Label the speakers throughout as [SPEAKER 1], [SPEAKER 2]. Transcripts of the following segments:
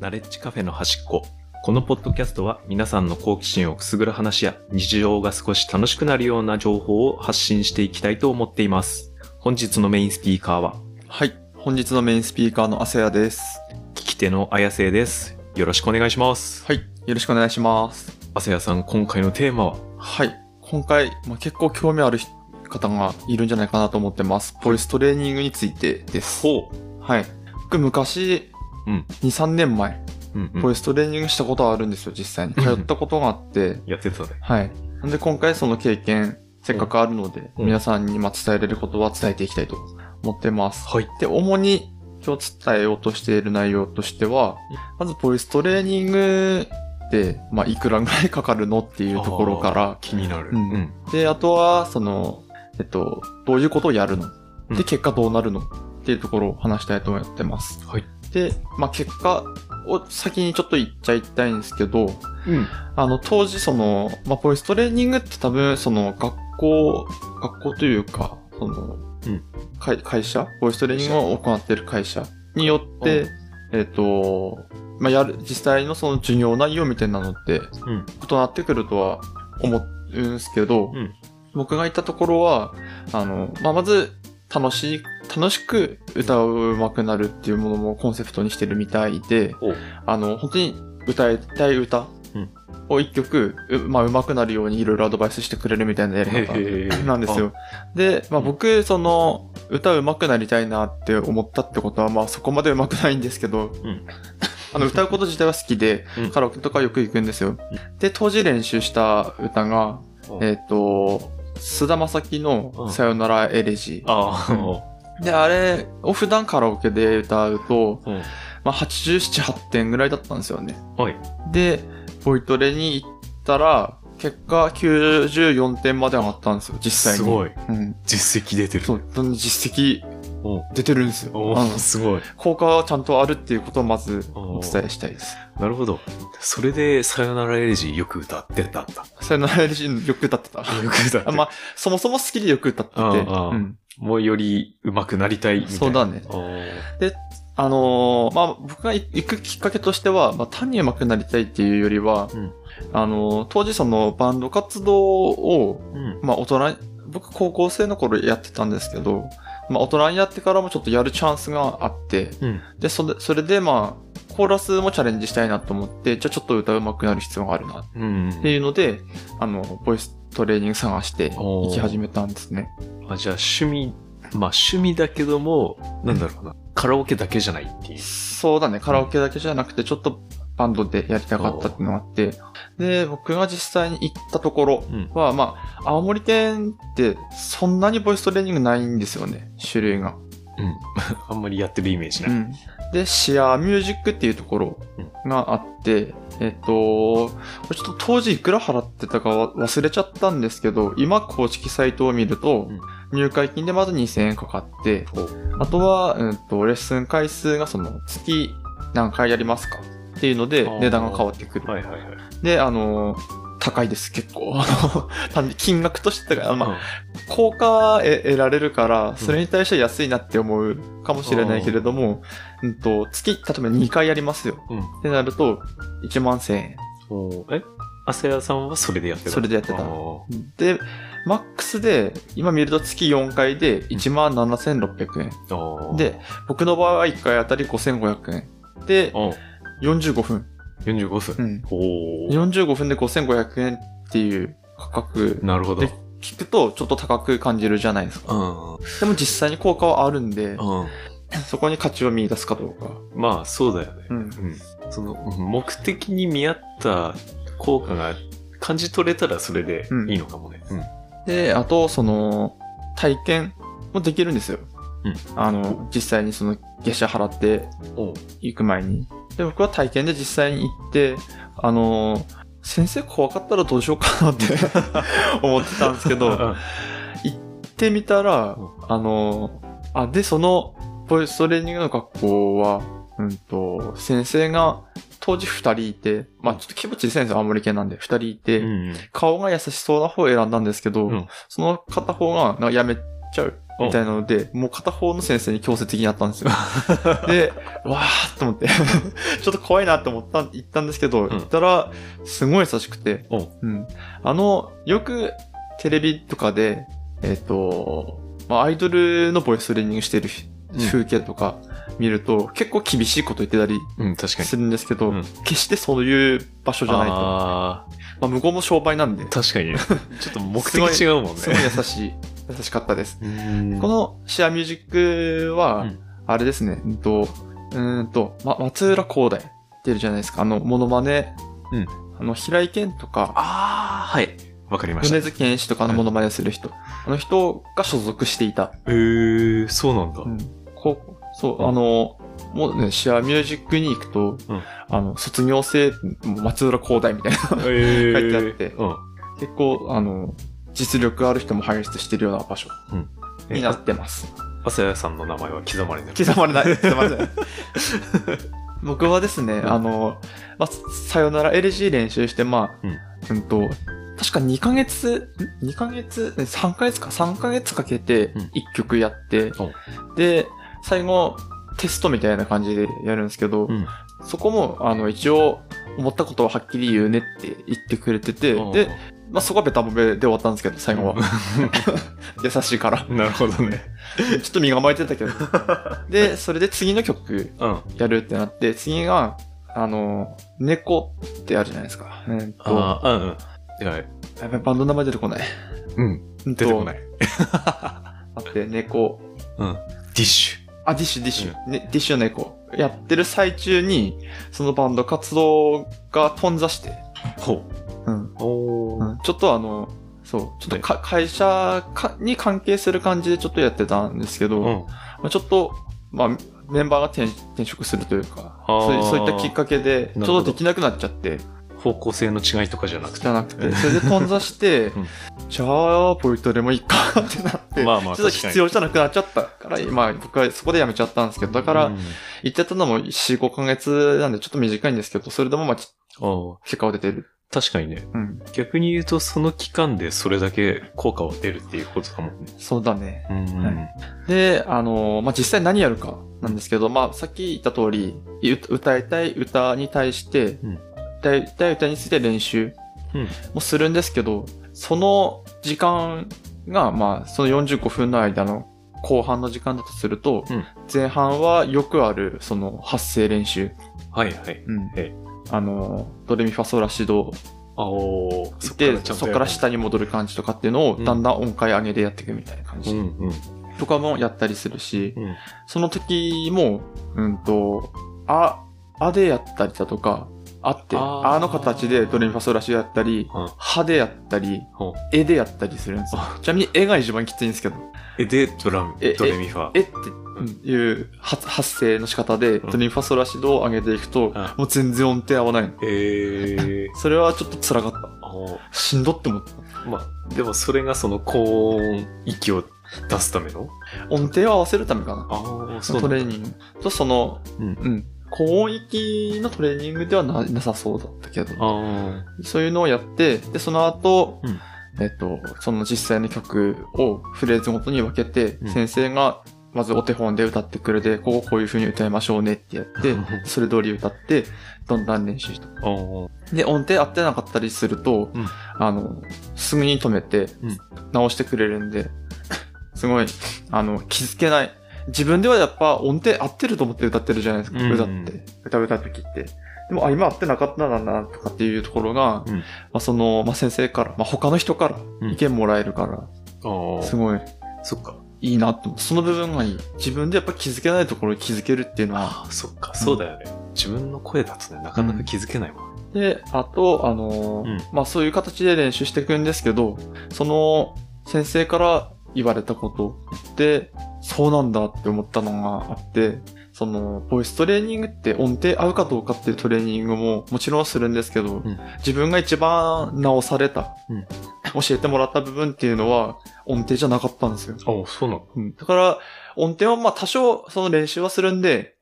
[SPEAKER 1] ナレッジカフェの端っこ。このポッドキャストは皆さんの好奇心をくすぐる話や日常が少し楽しくなるような情報を発信していきたいと思っています。本日のメインスピーカーは
[SPEAKER 2] はい。本日のメインスピーカーのアセヤです。
[SPEAKER 1] 聞き手の綾瀬です。よろしくお願いします。
[SPEAKER 2] はい。よろしくお願いします。
[SPEAKER 1] あせやさん、今回のテーマは
[SPEAKER 2] はい。今回、まあ、結構興味ある人方がいるんじゃないかなと思ってます。ボイストレーニングについてです。
[SPEAKER 1] ほ
[SPEAKER 2] はい。僕昔、
[SPEAKER 1] うん
[SPEAKER 2] 2、3年前、
[SPEAKER 1] う。うんう
[SPEAKER 2] ボ
[SPEAKER 1] ん。
[SPEAKER 2] イストレーニングしたことはあるんですよ、実際に。
[SPEAKER 1] うん
[SPEAKER 2] 通ったことがあって、
[SPEAKER 1] やってたね。
[SPEAKER 2] はい。なんで今回その経験、せっかくあるので、
[SPEAKER 1] うん
[SPEAKER 2] 皆さんにまあ伝えれることは伝えていきたいと思ってます。
[SPEAKER 1] はい。
[SPEAKER 2] で、主に今日伝えようとしている内容としては、まずボイストレーニングって、まあ、いくらぐらいかかるのっていうところから、
[SPEAKER 1] 気になる。
[SPEAKER 2] うん
[SPEAKER 1] うん。
[SPEAKER 2] で、あとは、その、えっと、どういうことをやるの
[SPEAKER 1] うん
[SPEAKER 2] で、結果どうなるのっていうところを話したいと思ってます。
[SPEAKER 1] はい
[SPEAKER 2] で、まあ、結果を先にちょっと言っちゃいたいんですけ
[SPEAKER 1] う
[SPEAKER 2] ど、
[SPEAKER 1] ん。
[SPEAKER 2] あの、当時、その、まあ、ボイストレーニングって多分、その、学校、学校というか、その、
[SPEAKER 1] うん
[SPEAKER 2] 会会社ボイストレーニングを行っている会社によって、
[SPEAKER 1] う
[SPEAKER 2] えっ、と、まあ、やる、実際のその授業内容みたいなのって、
[SPEAKER 1] うん
[SPEAKER 2] 異なってくるとは思うんですけど、
[SPEAKER 1] うん
[SPEAKER 2] 僕が行ったところは、あの、まあ、まず、楽しい、楽しく歌う上手くなるっていうものもコンセプトにしてるみたいで、
[SPEAKER 1] ほう。
[SPEAKER 2] あの、本当に歌いたい歌
[SPEAKER 1] うん
[SPEAKER 2] を一曲、うまあ、上手くなるようにいろいろアドバイスしてくれるみたいなやり方
[SPEAKER 1] へー
[SPEAKER 2] なんですよ。で、まあ、僕、その、歌上手くなりたいなって思ったってことは、まあ、そこまで上手くないんですけど、
[SPEAKER 1] ん
[SPEAKER 2] あの、歌うこと自体は好きで
[SPEAKER 1] うん、
[SPEAKER 2] カラオケとかよく行くんですよ。で、当時練習した歌が、
[SPEAKER 1] うん
[SPEAKER 2] えっ、と、菅田将暉
[SPEAKER 1] う
[SPEAKER 2] の
[SPEAKER 1] ん
[SPEAKER 2] さよならエレジー。
[SPEAKER 1] ああ、
[SPEAKER 2] で、あれを普段カラオケで歌うと、
[SPEAKER 1] うん。
[SPEAKER 2] まあ、87、8点ぐらいだったんですよね。
[SPEAKER 1] はい。
[SPEAKER 2] で、ボイトレに行ったら、結果94点まで上がったんですよ、実際に。
[SPEAKER 1] すごい。
[SPEAKER 2] うん。
[SPEAKER 1] 実績出てる。
[SPEAKER 2] そう、どんどん実績
[SPEAKER 1] お
[SPEAKER 2] 出てるんですよ。
[SPEAKER 1] お
[SPEAKER 2] あ
[SPEAKER 1] ー
[SPEAKER 2] の
[SPEAKER 1] すごい。
[SPEAKER 2] 効果はちゃんとあるっていうことをまず
[SPEAKER 1] お
[SPEAKER 2] お伝えしたいです。
[SPEAKER 1] なるほど。それで、さよならエレジーよく歌ってたんだ。
[SPEAKER 2] さよならエレジーよく歌ってた。
[SPEAKER 1] よく歌って
[SPEAKER 2] あまあ、そもそも好きでよく歌ってて。
[SPEAKER 1] ああ
[SPEAKER 2] うん。
[SPEAKER 1] もうより上手くなりたいみたいな。
[SPEAKER 2] そうだね。
[SPEAKER 1] おー。
[SPEAKER 2] あのーまあ、僕が行くきっかけとしては、まあ、単に上手くなりたいっていうよりは、
[SPEAKER 1] うん
[SPEAKER 2] あのー当時そのバンド活動を
[SPEAKER 1] うん。
[SPEAKER 2] まあ大人、僕高校生の頃やってたんですけど、まあ大人になってからもちょっとやるチャンスがあって、
[SPEAKER 1] うん。
[SPEAKER 2] で、それそれでまあ、コーラスもチャレンジしたいなと思って、じゃあちょっと歌うまくなる必要があるなっ
[SPEAKER 1] うん。
[SPEAKER 2] ていうので、あの、ボイストレーニング探して
[SPEAKER 1] おー
[SPEAKER 2] 行き始めたんですね。
[SPEAKER 1] あじゃあ趣味、まあ趣味だけども、なんだろうな。カラオケだけじゃないっていう。
[SPEAKER 2] そうだね、カラオケだけじゃなくて、ちょっとバンドでやりたかったっていうのがあって、で、僕が実際に行ったところ
[SPEAKER 1] うん。
[SPEAKER 2] は、まあ、青森県ってそんなにボイストレーニングないんですよね、種類が。
[SPEAKER 1] うん。 あんまりやってるイメージ
[SPEAKER 2] う
[SPEAKER 1] ない。
[SPEAKER 2] ん、で、シアーミュージックっていうところがあって、えっと、これちょっと当時いくら払ってたかは忘れちゃったんですけど、今公式サイトを見ると
[SPEAKER 1] うん、
[SPEAKER 2] 入会金でまず2000円かかって、
[SPEAKER 1] お
[SPEAKER 2] あとは、うんと、レッスン回数がその月何回やりますかっていうので
[SPEAKER 1] あー
[SPEAKER 2] 値段が変わってくる。
[SPEAKER 1] はいはいはい。
[SPEAKER 2] で、あの、高いです、結構。あの単に金額としてとか、まあ、効果は得得られるから、それに対して安いなって思うかもしれないけれども、うんと月、例えば2回やりますよ。
[SPEAKER 1] うん
[SPEAKER 2] ってなると、1万1000円。
[SPEAKER 1] うん。おーえアセヤさんはそれでやってた
[SPEAKER 2] それでやってた
[SPEAKER 1] お
[SPEAKER 2] で、マックスで、今見ると月4回で1万7600円。
[SPEAKER 1] ーおー
[SPEAKER 2] で、僕の場合は1回あたり5500円。で、
[SPEAKER 1] おー
[SPEAKER 2] 45分。
[SPEAKER 1] 45分。
[SPEAKER 2] うん。
[SPEAKER 1] おー
[SPEAKER 2] 45分で5500円っていう価格、
[SPEAKER 1] なるほど。
[SPEAKER 2] で聞くとちょっと高く感じるじゃないですか。
[SPEAKER 1] うん。
[SPEAKER 2] でも実際に効果はあるんで、
[SPEAKER 1] うん。
[SPEAKER 2] そこに価値を見出すかどうか。
[SPEAKER 1] まあそうだよね。
[SPEAKER 2] うん
[SPEAKER 1] うん、そのうん目的に見合った効果が感じ取れたらそれでいいのかもね。うん
[SPEAKER 2] で、あと、その、体験もできるんですよ。
[SPEAKER 1] うん
[SPEAKER 2] あの、実際にその、月謝払って
[SPEAKER 1] おう
[SPEAKER 2] 行く前に。で、僕は体験で実際に行って、あの、先生怖かったらどうしようかなって 思ってたんですけど、行ってみたら
[SPEAKER 1] うん、
[SPEAKER 2] あの、あ、で、その、ボイストレーニングの学校は、うんと、先生が、当時二人いて、まあちょっと気持ちいい先生青森県なんで二人いて、
[SPEAKER 1] うん
[SPEAKER 2] 顔が優しそうな方を選んだんですけど、
[SPEAKER 1] うん
[SPEAKER 2] その片方がなんかやめちゃ
[SPEAKER 1] う
[SPEAKER 2] う。
[SPEAKER 1] ん
[SPEAKER 2] みたいなので、もう片方の先生に強制的にやったんで すよ。で、わーっと思って、 ちょっと怖いなと思った、行ったんですけど、行ったら、すごい優しくて、
[SPEAKER 1] うん
[SPEAKER 2] うんあの、よくテレビとかで、えっ、と、まあ、アイドルのボイストレーニングしてる
[SPEAKER 1] うん
[SPEAKER 2] 風景とか見ると、結構厳しいこと言ってたり
[SPEAKER 1] うん、確かに。
[SPEAKER 2] するんですけど、
[SPEAKER 1] うん
[SPEAKER 2] 決してそういう場所じゃないと。
[SPEAKER 1] あー
[SPEAKER 2] まあ、向こうも商売なんで、
[SPEAKER 1] 確かにね。 ちょっと目的違うもんね
[SPEAKER 2] す。ごい優 しい、優しかったです。
[SPEAKER 1] うん
[SPEAKER 2] このシェアミュージック
[SPEAKER 1] う
[SPEAKER 2] は
[SPEAKER 1] ん、
[SPEAKER 2] あれですね、うんと、うーんと、ま、松浦光大出るじゃないですか、あの、モノマネ、
[SPEAKER 1] うん
[SPEAKER 2] あの、平井堅とか、
[SPEAKER 1] ああ、はい。わかりました。
[SPEAKER 2] 米
[SPEAKER 1] へ
[SPEAKER 2] 津玄師とかのモノマネをする人、あの人が所属していた、
[SPEAKER 1] えー、そうなんだ。
[SPEAKER 2] うんこう、そうう、
[SPEAKER 1] ん
[SPEAKER 2] あの、もうね、シェアミュージックに行くと、
[SPEAKER 1] うん
[SPEAKER 2] あの、卒業生、松浦光大みたいな、
[SPEAKER 1] え
[SPEAKER 2] 書いてあって
[SPEAKER 1] うん。
[SPEAKER 2] 結構、あの、実力ある人も輩出してるような場所
[SPEAKER 1] え
[SPEAKER 2] になってます。
[SPEAKER 1] あさやさんの名前は刻まれてる。
[SPEAKER 2] 刻ま れない。刻まれない。僕はですね、あの、まあ、さよなら LG 練習して、まあ、うん、と、確か2ヶ月、ん ?2 ヶ月、ね3ヶ月か、3ヶ月かけて
[SPEAKER 1] うん
[SPEAKER 2] 1曲やって、で、最後、テストみたいな感じでやるんですけど、
[SPEAKER 1] うん
[SPEAKER 2] そこも、あの、一応、思ったことをはっきり言うねって言ってくれてて、で、、まあ、そこはベタボベで終わったんですけど、最後は。優しいから。
[SPEAKER 1] なるほどね。
[SPEAKER 2] ちょっと身構えて たけど。で、それで次の曲
[SPEAKER 1] うん。
[SPEAKER 2] やるってなって、次が、あの、猫ってあるじゃないですか。えーっと、
[SPEAKER 1] ああ、うん。はい。
[SPEAKER 2] やっぱりバンドの名前出て こない。
[SPEAKER 1] うん。
[SPEAKER 2] 出。
[SPEAKER 1] 出てこないい。
[SPEAKER 2] 待って、猫。
[SPEAKER 1] うん。ディッシュ。
[SPEAKER 2] あ、ディッシュ、ディッシュ。ね、ディッシュの猫。やってる最中に、そのバンド活動が頓挫して、
[SPEAKER 1] ほ
[SPEAKER 2] うん。
[SPEAKER 1] う。お
[SPEAKER 2] う
[SPEAKER 1] ー。
[SPEAKER 2] んちょっとあの、そう、ちょっとか会社かに関係する感じでちょっとやってたんですけど、
[SPEAKER 1] うん。
[SPEAKER 2] まあ、ちょっと、まあ、メンバーが転転職するというか、
[SPEAKER 1] あー
[SPEAKER 2] そういそういったきっかけで、ちょ
[SPEAKER 1] な
[SPEAKER 2] っ
[SPEAKER 1] るほど
[SPEAKER 2] とできなくなっちゃって、
[SPEAKER 1] 方向性の違いとかじゃなくて。
[SPEAKER 2] じゃなくて、それで頓挫して、
[SPEAKER 1] うん
[SPEAKER 2] じゃあ、ポイントでもいいかってなって、
[SPEAKER 1] まあまあ
[SPEAKER 2] ちょっと
[SPEAKER 1] 確かに
[SPEAKER 2] 必要じゃなくなっちゃったから、今、僕はそこでやめちゃったんですけど、だから、
[SPEAKER 1] うん、
[SPEAKER 2] 言ってたのも4、5ヶ月なんでちょっと短いんですけど、それでもまあ、ち
[SPEAKER 1] ああ
[SPEAKER 2] 結果は出てる。
[SPEAKER 1] 確かにね。
[SPEAKER 2] うん。
[SPEAKER 1] 逆に言うと、その期間でそれだけ効果は出るっていうことだもんね。
[SPEAKER 2] そうだね。
[SPEAKER 1] うん
[SPEAKER 2] はで、あのーまあ、実際何やるかなんですけど、まあ、さっき言った通り、う歌いたい歌に対して、
[SPEAKER 1] うん
[SPEAKER 2] 歌いたい歌について練習
[SPEAKER 1] うん
[SPEAKER 2] もするんですけど、その時間が、まあ、その45分の間の後半の時間だとすると、
[SPEAKER 1] うん
[SPEAKER 2] 前半はよくある、その発声練習。
[SPEAKER 1] はいはい。ええ
[SPEAKER 2] あのードレミファソラシド
[SPEAKER 1] あおー。
[SPEAKER 2] で、そこから
[SPEAKER 1] 下
[SPEAKER 2] 下に戻る感じとかっていうのを、
[SPEAKER 1] うん
[SPEAKER 2] だんだん音階上げでやっていくみたいな感
[SPEAKER 1] う
[SPEAKER 2] じ、
[SPEAKER 1] んうん。
[SPEAKER 2] とかもやったりするし、
[SPEAKER 1] うん。
[SPEAKER 2] その時も、うんと、あ、あでやったりだとか、あって、
[SPEAKER 1] あー
[SPEAKER 2] あの形でドレミファソラシドやったり、
[SPEAKER 1] うん
[SPEAKER 2] はでやったり、
[SPEAKER 1] ほう
[SPEAKER 2] えでやったりするんですよ。ちなみにえが一番きついんですけど、
[SPEAKER 1] え、で、ドラム、
[SPEAKER 2] え
[SPEAKER 1] ドレミファ。
[SPEAKER 2] えっていう発発声の仕方で
[SPEAKER 1] うん
[SPEAKER 2] ドレミファソラシドを上げていくと、
[SPEAKER 1] ん
[SPEAKER 2] もう全然音程合わないの。
[SPEAKER 1] えー。
[SPEAKER 2] それはちょっと辛かった。
[SPEAKER 1] あー
[SPEAKER 2] しんどって思った。
[SPEAKER 1] まあ、でもそれがその高音域を出すための
[SPEAKER 2] 音程を合わせるためかな。
[SPEAKER 1] ああ、
[SPEAKER 2] トレーニングとその、
[SPEAKER 1] うん
[SPEAKER 2] うん、高音域のトレーニングではななさそうだったけど。
[SPEAKER 1] あ
[SPEAKER 2] そういうのをやって、で、その後、
[SPEAKER 1] うん
[SPEAKER 2] えっと、その実際の曲をフレーズごとに分けて、
[SPEAKER 1] うん
[SPEAKER 2] 先生がまずお手本で歌ってくれて、こここういう風に歌いましょうねってやって、それ通り歌って、どんどん練習して。
[SPEAKER 1] あ。あ
[SPEAKER 2] で、音程合ってなかったりすると、
[SPEAKER 1] うん
[SPEAKER 2] あの、すぐに止めて
[SPEAKER 1] うん、
[SPEAKER 2] 直してくれるんで、すごい、あの、気づけない。自分ではやっぱ音程合ってると思って歌ってるじゃないですか、
[SPEAKER 1] うん
[SPEAKER 2] 歌って。歌う歌う時って。でも、あ、今合ってなかったんだな、とかっていうところが、
[SPEAKER 1] うん
[SPEAKER 2] まあ、その、まあ、先生から、まあ、他の人から
[SPEAKER 1] うん
[SPEAKER 2] 意見もらえるから、
[SPEAKER 1] ああ。
[SPEAKER 2] すごい
[SPEAKER 1] そっか。
[SPEAKER 2] いいなって思うその部分がいい。自分でやっぱ気づけないところに気づけるっていうのは、
[SPEAKER 1] ああ、そっか。そうだよね。自分の声だとね、なかなか気づけないもん。
[SPEAKER 2] で、あと、あの
[SPEAKER 1] う
[SPEAKER 2] ー
[SPEAKER 1] ん
[SPEAKER 2] まあそういう形で練習していくんですけど、その先生から言われたことで、そうなんだって思ったのがあって、その、ボイストレーニングって音程合うかどうかっていうトレーニングももちろんするんですけど、
[SPEAKER 1] ん
[SPEAKER 2] 自分が一番直された、
[SPEAKER 1] うん
[SPEAKER 2] 教えてもらった部分っていうのは音程じゃなかったんですよ。
[SPEAKER 1] ああ、そうなの。
[SPEAKER 2] うんだから、音程はまあ多少その練習はするんで、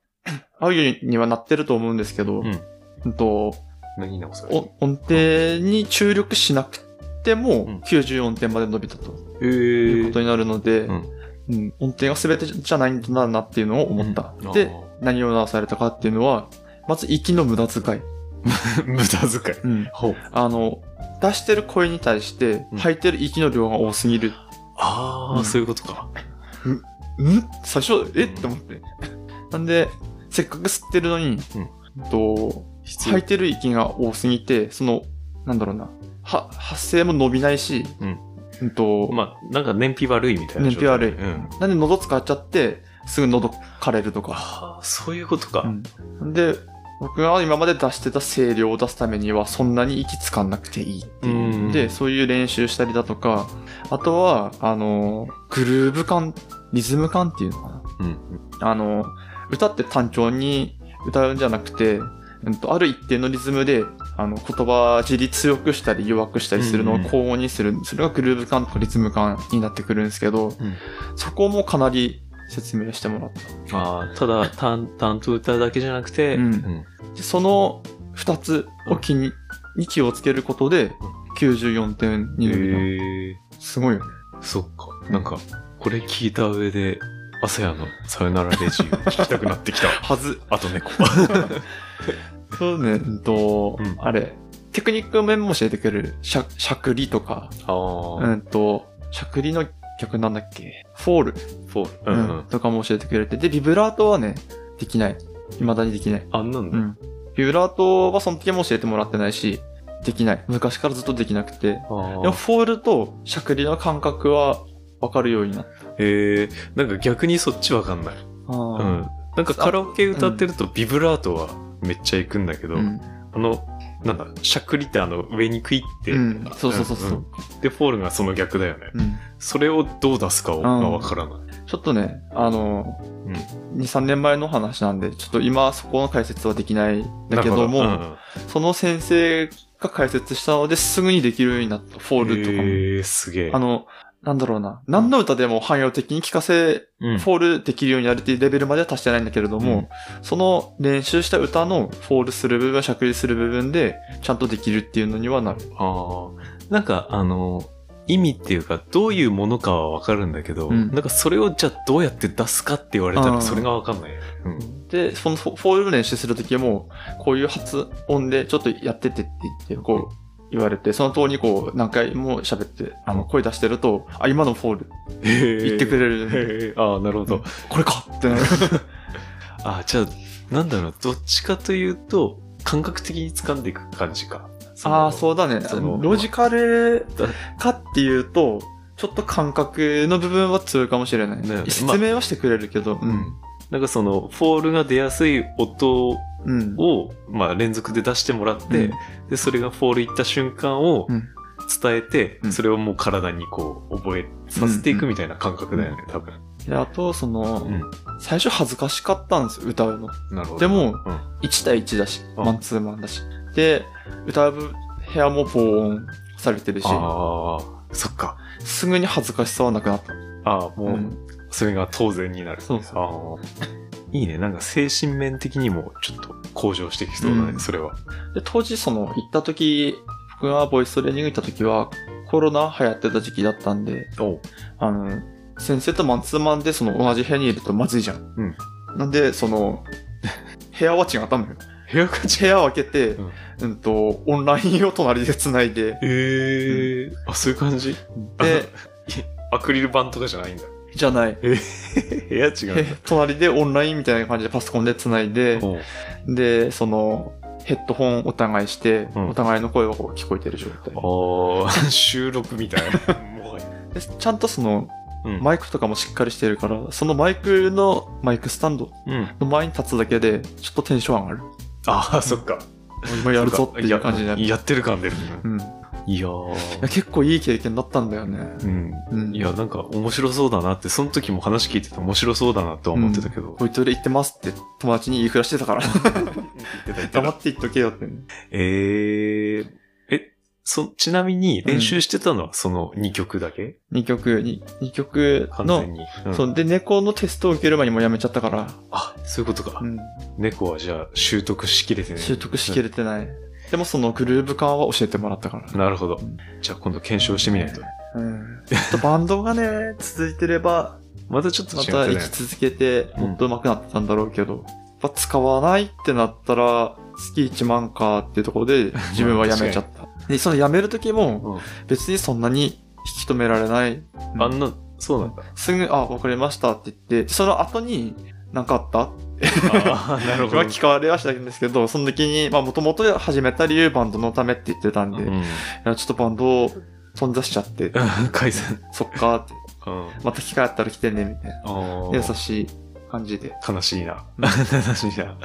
[SPEAKER 2] 合うようにはなってると思うんですけど、
[SPEAKER 1] うん
[SPEAKER 2] うんと、
[SPEAKER 1] 何なのそれ。
[SPEAKER 2] お音程に注力しなくて
[SPEAKER 1] うん
[SPEAKER 2] も94点まで伸びたと
[SPEAKER 1] え
[SPEAKER 2] いうこと
[SPEAKER 1] ー。
[SPEAKER 2] になるので、
[SPEAKER 1] うん
[SPEAKER 2] うん、音程が全てじゃないんだなっていうのを思った。
[SPEAKER 1] うん
[SPEAKER 2] で
[SPEAKER 1] あ、
[SPEAKER 2] 何を直されたかっていうのは、まず息の無駄遣い。
[SPEAKER 1] 無駄遣い。
[SPEAKER 2] うん。
[SPEAKER 1] ほう。
[SPEAKER 2] あの、出してる声に対して、
[SPEAKER 1] うん
[SPEAKER 2] 吐いてる息の量が多すぎる。
[SPEAKER 1] ああ、
[SPEAKER 2] うん
[SPEAKER 1] そういうことか。
[SPEAKER 2] ん最初、え
[SPEAKER 1] うん
[SPEAKER 2] って思って。なんで、せっかく吸ってるのに、と
[SPEAKER 1] 必
[SPEAKER 2] 吐いてる息が多すぎて、その、なんだろうな、は発声も伸びないし、
[SPEAKER 1] うん
[SPEAKER 2] うんと
[SPEAKER 1] まあ、なんか燃費悪いみたいな。
[SPEAKER 2] 燃費悪い
[SPEAKER 1] うん。
[SPEAKER 2] なんで喉使っちゃって、すぐ喉枯れるとか。
[SPEAKER 1] ああ、そういうことか。
[SPEAKER 2] なんで、僕が今まで出してた声量を出すためには、そんなに息つかなくていいっていう。
[SPEAKER 1] うん
[SPEAKER 2] で、そういう練習したりだとか、あとは、あの、グルーヴ感、リズム感っていうのかな。
[SPEAKER 1] うん。
[SPEAKER 2] あの、歌って単調に歌うんじゃなくて、うんと、ある一定のリズムで、あの、言葉尻強くしたり弱くしたりするのを
[SPEAKER 1] うんうん
[SPEAKER 2] 交互にする、それがグルーヴ感とかリズム感になってくるんですけど、
[SPEAKER 1] うん
[SPEAKER 2] そこもかなり説明してもらった。
[SPEAKER 1] ああ、ただ、淡々と歌うだけじゃなくて、
[SPEAKER 2] うんでその2つを気に,、に気をつけることで、94点
[SPEAKER 1] うん
[SPEAKER 2] に伸び
[SPEAKER 1] へえ、
[SPEAKER 2] た。すごいよね。
[SPEAKER 1] そっか。なんか、これ聞いた上で、アセアのさよならレジを聞きたくなってきた。
[SPEAKER 2] はず。
[SPEAKER 1] あと猫。
[SPEAKER 2] そうね、うんと、
[SPEAKER 1] うん
[SPEAKER 2] あれ、テクニック面も教えてくれる。しゃ、しゃくりとか、
[SPEAKER 1] あ
[SPEAKER 2] う
[SPEAKER 1] あ、
[SPEAKER 2] んと、しゃくりの曲なんだっけフォール、
[SPEAKER 1] フォール。
[SPEAKER 2] う
[SPEAKER 1] うんんうん。
[SPEAKER 2] とかも教えてくれて。で、ビブラートはね、できない。未だにできない。
[SPEAKER 1] あんなん
[SPEAKER 2] う
[SPEAKER 1] だ。
[SPEAKER 2] ん。ビブラートはその時も教えてもらってないし、できない。昔からずっとできなくて。で
[SPEAKER 1] あ
[SPEAKER 2] も
[SPEAKER 1] あ。
[SPEAKER 2] フォールとしゃくりの感覚はわかるようになった。
[SPEAKER 1] へえ、なんか逆にそっちわかんない。う
[SPEAKER 2] あ
[SPEAKER 1] ん。なんかカラオケ歌ってるとビブラートはめっちゃ行くんだけど、
[SPEAKER 2] うん
[SPEAKER 1] あの、なんだ、しゃくりってあの上にクイって、
[SPEAKER 2] うんそうそうそうそうん
[SPEAKER 1] んで、フォールがその逆だよね。
[SPEAKER 2] うん
[SPEAKER 1] それをどう出すかを
[SPEAKER 2] ん
[SPEAKER 1] がわからない。
[SPEAKER 2] ちょっとね、あの、
[SPEAKER 1] うん
[SPEAKER 2] 2、3年前の話なんで、ちょっと今そこの解説はできないんだけども、
[SPEAKER 1] なるほ
[SPEAKER 2] その先生が解説したのですぐにできるようになった。フォー
[SPEAKER 1] うん
[SPEAKER 2] ルとかも。
[SPEAKER 1] へーすげえ。
[SPEAKER 2] あの、なんだろうな。何の歌でも汎用的に聴かせ、
[SPEAKER 1] うん、
[SPEAKER 2] フォールできるようになるっていうレベルまでは達してないんだけれども、その練習した歌のフォールする部分、しゃくりする部分で、ちゃんとできるっていうのにはなる。
[SPEAKER 1] あーなんか、あの、意味っていうか、どういうものかはわかるんだけど、
[SPEAKER 2] うん
[SPEAKER 1] なんかそれをじゃあどうやって出すかって言われた
[SPEAKER 2] あ
[SPEAKER 1] ら
[SPEAKER 2] ー
[SPEAKER 1] それがわかんない。うん
[SPEAKER 2] で、そのフォフォールの練習するときも、こういう発音でちょっとやってってって言って、こう言われて、その通りにこう何回も喋って、あの、声出してると、あ、今のフォール言ってくれる。
[SPEAKER 1] る。へーああ、なるほど。
[SPEAKER 2] うんこれかってな る。
[SPEAKER 1] あ、じゃあ、なんだろう、どっちかというと、感覚的に掴んでいく感じか。。
[SPEAKER 2] ああ、そううだね
[SPEAKER 1] そ。の
[SPEAKER 2] ロジカルかっていうと、ちょっと感覚の部分は強いかもしれない。
[SPEAKER 1] ね
[SPEAKER 2] 説明はしてくれるけど、う
[SPEAKER 1] うんん。なんかその、フォールが出やすい音
[SPEAKER 2] うん。
[SPEAKER 1] を、まあ、連続で出してもらって、
[SPEAKER 2] うん
[SPEAKER 1] で、それがフォール行った瞬間を
[SPEAKER 2] うん
[SPEAKER 1] 伝えて、
[SPEAKER 2] うん
[SPEAKER 1] それをもう体にこう、覚えさせていくみたいな感覚だよね、多分。
[SPEAKER 2] で、あと、その、
[SPEAKER 1] うん
[SPEAKER 2] 最初恥ずかしかったんですよ、歌うの。
[SPEAKER 1] なるほど。
[SPEAKER 2] でも
[SPEAKER 1] うん
[SPEAKER 2] 1対1だし、
[SPEAKER 1] あ
[SPEAKER 2] マンツーマンだし。で、歌う部屋も防音されてるし、
[SPEAKER 1] ああ、そっか。
[SPEAKER 2] すぐに恥ずかしさはなくなった。
[SPEAKER 1] ああ、もう、
[SPEAKER 2] うん
[SPEAKER 1] それが当然になる。
[SPEAKER 2] そうそ
[SPEAKER 1] あーいいね。なんか精神面的にもちょっと向上してきそうだね、
[SPEAKER 2] うん
[SPEAKER 1] それは。
[SPEAKER 2] で、当時その、行った時、僕がボイストレーニング行った時は、コロナ流行ってた時期だったんで、
[SPEAKER 1] おう
[SPEAKER 2] あの、先生とマンツーマンでその同じ部屋にいるとまずいじゃん。
[SPEAKER 1] うん
[SPEAKER 2] なんで、その、部屋は違ったのよ。
[SPEAKER 1] 部屋が違う。
[SPEAKER 2] 部屋を開けて、
[SPEAKER 1] うん
[SPEAKER 2] うんと、オンラインを隣で繋いで、
[SPEAKER 1] ええあ、そういう感じ
[SPEAKER 2] で、
[SPEAKER 1] アクリル板とかじゃないんだ。
[SPEAKER 2] じゃない。
[SPEAKER 1] 部屋違うんだ
[SPEAKER 2] へ。隣でオンラインみたいな感じでパソコンで繋いで、
[SPEAKER 1] おう
[SPEAKER 2] で、その、ヘッドホンお互いして、
[SPEAKER 1] うん
[SPEAKER 2] お互いの声がこう聞こえてる状態。
[SPEAKER 1] あー 収録みたいな。 もはや
[SPEAKER 2] でちゃんとその、
[SPEAKER 1] うん
[SPEAKER 2] マイクとかもしっかりしてるから、そのマイクの、マイクスタンド
[SPEAKER 1] うん。
[SPEAKER 2] の前に立つだけで、ちょっとテンション上がる。
[SPEAKER 1] ああ、そっか。
[SPEAKER 2] 今やるぞってい
[SPEAKER 1] や
[SPEAKER 2] う感じになる。
[SPEAKER 1] やってる感出る。
[SPEAKER 2] うん。
[SPEAKER 1] いや
[SPEAKER 2] い や
[SPEAKER 1] ー。
[SPEAKER 2] 結構いい経験だったんだよね。
[SPEAKER 1] うん。
[SPEAKER 2] うん、
[SPEAKER 1] いや、なんか面白そうだなって、その時も話聞いてて面白そうだなとは思ってたけど。
[SPEAKER 2] ボイトレ行ってますって友達に言いふらして たから、黙って言っとけよってね。
[SPEAKER 1] えええ、そ、ちなみに練習してたのはその2曲だけ、
[SPEAKER 2] 2曲、に二曲
[SPEAKER 1] 完
[SPEAKER 2] の
[SPEAKER 1] 全、に、うん
[SPEAKER 2] そう、で、猫のテストを受ける前にもうやめちゃったから、
[SPEAKER 1] あ、そういうことか。
[SPEAKER 2] うん、
[SPEAKER 1] 猫はじゃあ習得しきれてね。
[SPEAKER 2] 習得しき
[SPEAKER 1] れ
[SPEAKER 2] れてない。でもそのグルーヴ感は教えてもらったから。
[SPEAKER 1] なるほど
[SPEAKER 2] うん。
[SPEAKER 1] じゃあ今度検証してみないと。
[SPEAKER 2] うん。ちょっとバンドがね、続いてれば、
[SPEAKER 1] またちょっと
[SPEAKER 2] ま
[SPEAKER 1] 違
[SPEAKER 2] た
[SPEAKER 1] った
[SPEAKER 2] 生
[SPEAKER 1] ね
[SPEAKER 2] き。続けて、もっと上手くなってたんだろうけど、やっぱ使わないってなったら、月1万かっていうとこ ろで、自分は辞めちゃった。で、その辞める時
[SPEAKER 1] う
[SPEAKER 2] も、
[SPEAKER 1] ん
[SPEAKER 2] 別にそんなに引き止められない。
[SPEAKER 1] あんな、そうなんだ。
[SPEAKER 2] すぐ、あ、わかりましたって言って、その後に、なんかあった
[SPEAKER 1] ああ、なるほ
[SPEAKER 2] は
[SPEAKER 1] ど。
[SPEAKER 2] 聞かれはしたんですけど、その時に、まあ、もともと始めた理由、バンドのためって言ってたんで、
[SPEAKER 1] う
[SPEAKER 2] い
[SPEAKER 1] ん
[SPEAKER 2] やちょっとバンドを頓挫しちゃって、
[SPEAKER 1] 解散。
[SPEAKER 2] そっかーって、
[SPEAKER 1] うん。
[SPEAKER 2] また機会あったら来てね、みたいな。
[SPEAKER 1] あ
[SPEAKER 2] 優
[SPEAKER 1] あ。
[SPEAKER 2] しい感じで。
[SPEAKER 1] 悲しいな。 悲しいな。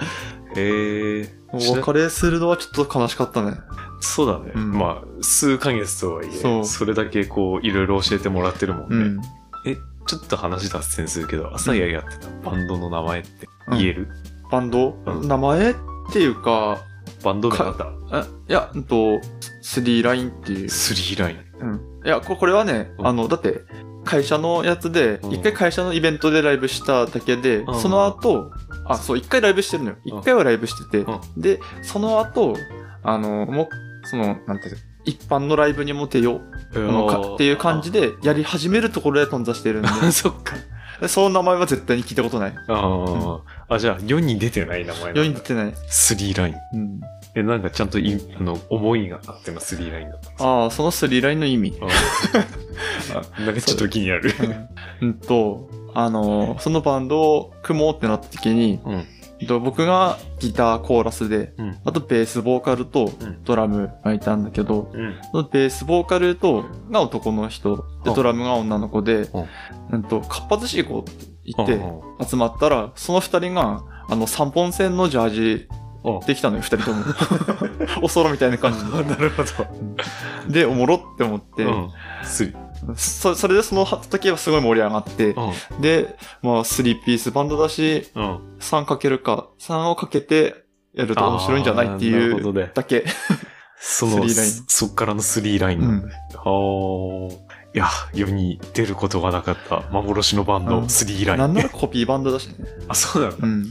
[SPEAKER 1] ええ
[SPEAKER 2] お別れするのはちょっと悲しかったね。
[SPEAKER 1] そうだね。
[SPEAKER 2] うん
[SPEAKER 1] まあ、数ヶ月とはいえ、
[SPEAKER 2] そ
[SPEAKER 1] そうれだけこう、いろいろ教えてもらってるもん
[SPEAKER 2] う
[SPEAKER 1] ね。
[SPEAKER 2] ん。
[SPEAKER 1] え、ちょっと話脱線するけど、朝ややってたバンドの名前って言える、
[SPEAKER 2] バンド、
[SPEAKER 1] うん
[SPEAKER 2] 名前っていうか、
[SPEAKER 1] バンド名だった
[SPEAKER 2] あいや、うんと、スリーラインっていう。
[SPEAKER 1] スリーライン。
[SPEAKER 2] うん。いや、ここれはね、
[SPEAKER 1] うん
[SPEAKER 2] あの、だって、会社のやつで、
[SPEAKER 1] うん
[SPEAKER 2] 一回会社のイベントでライブしただけで、
[SPEAKER 1] うん
[SPEAKER 2] その後、あ、そう、一回ライブしてるのよ。
[SPEAKER 1] うん
[SPEAKER 2] 一回はライブしてて、
[SPEAKER 1] うん
[SPEAKER 2] で、その後、あの、もう、その、なんていうの一般のライブにも出よう
[SPEAKER 1] う
[SPEAKER 2] のかっていう感じでやり始めるところで頓挫してるんで
[SPEAKER 1] あ そっか。
[SPEAKER 2] で、その名前は絶対に聞いたことない。
[SPEAKER 1] あー、あ、じゃあ世に出てない名前なんだ
[SPEAKER 2] 世に出てない。
[SPEAKER 1] スリーライン。
[SPEAKER 2] うん。
[SPEAKER 1] え、なんかちゃんといあの思いがあってのスリーラインだ ったんです
[SPEAKER 2] ああ、そのスリーラインの意味。
[SPEAKER 1] あなんかちょっと気になる。
[SPEAKER 2] うん、うんと、あの、そのバンドを組もうってなった時に、
[SPEAKER 1] うん。
[SPEAKER 2] えっと僕がギターコーラスで、
[SPEAKER 1] うん
[SPEAKER 2] あとベースボーカルと
[SPEAKER 1] うん
[SPEAKER 2] ドラムがいたんだけど、
[SPEAKER 1] うん。
[SPEAKER 2] そのベースボーカルとが男の人、
[SPEAKER 1] う
[SPEAKER 2] で
[SPEAKER 1] ん
[SPEAKER 2] ドラムが女の子で
[SPEAKER 1] うん、
[SPEAKER 2] うんと、活発しい子って言
[SPEAKER 1] うん
[SPEAKER 2] って集まったら、その二人が、あの、三本線のジャージ
[SPEAKER 1] うん
[SPEAKER 2] できたのよ、二人と も。おそろみたいな感
[SPEAKER 1] あなるほど。
[SPEAKER 2] じで、おもろって思って、
[SPEAKER 1] うん。スリー。
[SPEAKER 2] そそれでその時はすごい盛り上がって、
[SPEAKER 1] うん。
[SPEAKER 2] で、まあ、スリーピースバンドだし、
[SPEAKER 1] うん。
[SPEAKER 2] 3かけるか、3をかけてやると面白いんじゃないって
[SPEAKER 1] あー
[SPEAKER 2] い
[SPEAKER 1] なるほ
[SPEAKER 2] う
[SPEAKER 1] どね。
[SPEAKER 2] だけ。
[SPEAKER 1] そ
[SPEAKER 2] ス
[SPEAKER 1] の、
[SPEAKER 2] リーライン
[SPEAKER 1] そっからのスリーライン
[SPEAKER 2] う
[SPEAKER 1] なんだ
[SPEAKER 2] ん。
[SPEAKER 1] あーいや、世に出ることがなかった幻のバン
[SPEAKER 2] う
[SPEAKER 1] ド、
[SPEAKER 2] ん
[SPEAKER 1] スリー
[SPEAKER 2] な
[SPEAKER 1] ライ
[SPEAKER 2] ん
[SPEAKER 1] ン。
[SPEAKER 2] ならコピーバンドだしね。
[SPEAKER 1] あ、そうなの
[SPEAKER 2] うん。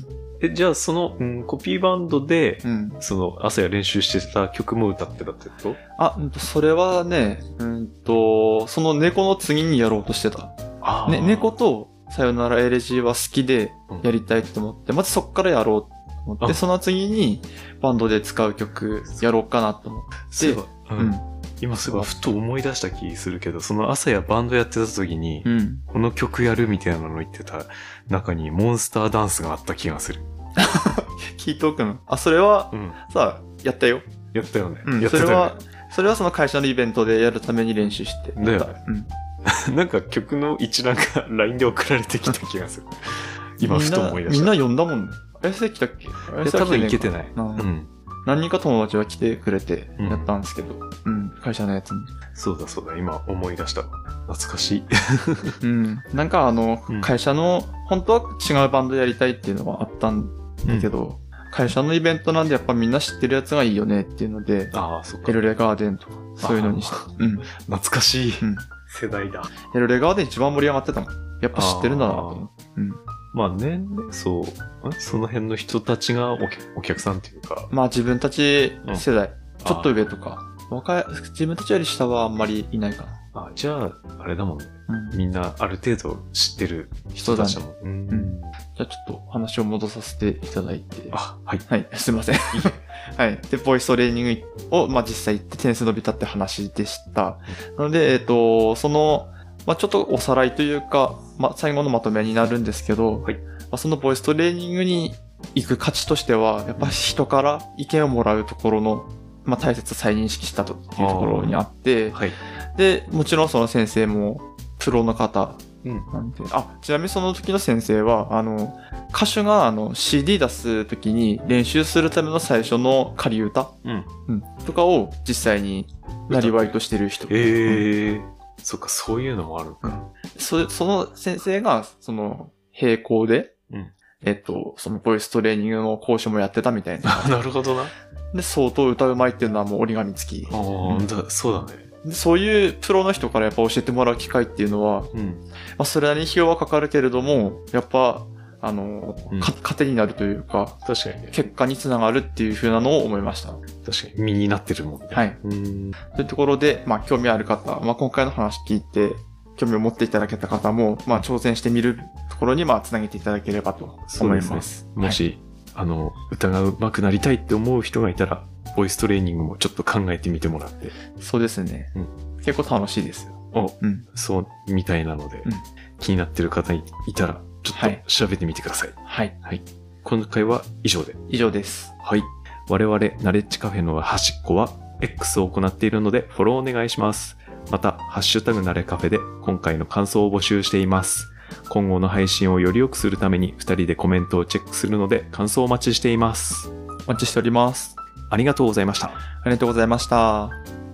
[SPEAKER 1] え、じゃあその、うんコピーバンドで、
[SPEAKER 2] うん。
[SPEAKER 1] その、朝や練習してた曲も歌ってたってこと
[SPEAKER 2] あ、うんとそれはね、うんと、その猫の次にやろうとしてた。
[SPEAKER 1] あー
[SPEAKER 2] ね、猫とさよならエレジーは好きで
[SPEAKER 1] うん
[SPEAKER 2] やりたいと思って、まずそっからやろうと思っ
[SPEAKER 1] あ
[SPEAKER 2] て、その次にバンドで使う曲やろうかなと思って。
[SPEAKER 1] そういえばうん
[SPEAKER 2] うん。
[SPEAKER 1] 今すごいふと思い出した気するけど、その朝やバンドやってた時に
[SPEAKER 2] う、ん。
[SPEAKER 1] この曲やるみたいなの言ってた中にモンスターダンスがあった気がする。
[SPEAKER 2] 聞いておくの。あ、それは
[SPEAKER 1] うん。
[SPEAKER 2] さ、やったよ。
[SPEAKER 1] やったよね。
[SPEAKER 2] うん、
[SPEAKER 1] やって
[SPEAKER 2] そ
[SPEAKER 1] た
[SPEAKER 2] れ
[SPEAKER 1] よ
[SPEAKER 2] は、それはその会社のイベントでやるために練習して。
[SPEAKER 1] だよね
[SPEAKER 2] やったうん。
[SPEAKER 1] ね。 なんか曲の一覧が LINE で送られてきた気がす る。今ふと思い出した。
[SPEAKER 2] みんなみんな呼んだもんね。あやせ来たっけ
[SPEAKER 1] いや多分いけ
[SPEAKER 2] る。
[SPEAKER 1] てない。う
[SPEAKER 2] うん
[SPEAKER 1] ん。
[SPEAKER 2] 何人か友達は来てくれて
[SPEAKER 1] うん
[SPEAKER 2] やったんですけど。うん、会社の やつに。
[SPEAKER 1] そうだそうだ、今思い出した。懐かしい。
[SPEAKER 2] うん。なんかあの
[SPEAKER 1] うん、
[SPEAKER 2] 会社の、本当は違うバンドやりたいっていうのはあったんだけど、会社のイベントなんでやっぱみんな知ってるやつがいいよねっていうので、
[SPEAKER 1] ああ、そっか
[SPEAKER 2] エ。ルレガーデンとか、そういうのにした。うん。
[SPEAKER 1] 懐かしい
[SPEAKER 2] うん。
[SPEAKER 1] 世代だ。
[SPEAKER 2] エルレガーデン一番盛り上がってたもん。やっぱ知ってるんだなと思って。うん。
[SPEAKER 1] まあ年々、そう、んその辺の人たちがお客お客さんっていうか、
[SPEAKER 2] まあ自分たち世代、
[SPEAKER 1] ん
[SPEAKER 2] ちょっと上とか、若い、自分たちより下はあんまりいないかな。
[SPEAKER 1] あじゃあ、あれだもんね。
[SPEAKER 2] うん
[SPEAKER 1] みんなある程度知ってる人たちだもん。うん
[SPEAKER 2] うんじゃあちょっと話を戻させていただいて。
[SPEAKER 1] あ、はい。
[SPEAKER 2] はい、すいません。 はい。で、ボイストレーニングを、まあ、実際行って点数伸びたって話でした。なので、えっ、と、その、まあ、ちょっとおさらいというか、まあ、最後のまとめになるんですけど、
[SPEAKER 1] はい
[SPEAKER 2] まあ、そのボイストレーニングに行く価値としては、やっぱ人から意見をもらうところの、まあ、大切さ再認識したとっていうところにあって、
[SPEAKER 1] はい。
[SPEAKER 2] で、もちろんその先生も、プロの方
[SPEAKER 1] うん。
[SPEAKER 2] なんてあちなみにその時の先生はあの歌手があの CD 出す時に練習するための最初の仮歌、
[SPEAKER 1] うん。
[SPEAKER 2] うん、とかを実際になりわいとしてる人
[SPEAKER 1] ええー。そっか、そういうのもあるのか。
[SPEAKER 2] そその先生がその並行で、
[SPEAKER 1] うん
[SPEAKER 2] えっとそのボイストレーニングの講師もやってたみた いな
[SPEAKER 1] あなるほどな。あ
[SPEAKER 2] で相当歌うまいっていうのはもう折り紙付き
[SPEAKER 1] あ、
[SPEAKER 2] うん
[SPEAKER 1] だそうだね。
[SPEAKER 2] でそういうプロの人からやっぱ教えてもらう機会っていうのは、
[SPEAKER 1] うん。
[SPEAKER 2] まあ、それなりに費用はかかるけれどもやっぱあの、
[SPEAKER 1] うん
[SPEAKER 2] か糧になるというか、
[SPEAKER 1] 確かにね。
[SPEAKER 2] 結果につながるっていう風なのを思いました。
[SPEAKER 1] 確かに身になってるもんね。
[SPEAKER 2] はい。
[SPEAKER 1] うん。
[SPEAKER 2] というところで、まあ、興味ある方、まあ、今回の話聞いて、興味を持っていただけた方も、まあ、挑戦してみるところに、まあ、つなげていただければと思います。
[SPEAKER 1] そうですね。もし、あの、歌が上手くなりたいって思う人がいたら、ボイストレーニングもちょっと考えてみてもらって、
[SPEAKER 2] そうですね。
[SPEAKER 1] うん
[SPEAKER 2] 結構楽しいですよ。
[SPEAKER 1] お、
[SPEAKER 2] うん。
[SPEAKER 1] そう、みたいなので、
[SPEAKER 2] うん
[SPEAKER 1] 気になってる方いたら、ちょ
[SPEAKER 2] は
[SPEAKER 1] っ
[SPEAKER 2] い
[SPEAKER 1] と調べてみてください。
[SPEAKER 2] はい。
[SPEAKER 1] 今回は以上で。
[SPEAKER 2] 以上です。
[SPEAKER 1] はい。我々、ナレッジカフェの端っこは、X を行っているので、フォローお願いします。また、ハッシュタグナレカフェで、今回の感想を募集しています。今後の配信をより良くするために、2人でコメントをチェックするので、感想をお待ちしています。
[SPEAKER 2] お待ちしております。
[SPEAKER 1] ありがとうございました。
[SPEAKER 2] ありがとうございました。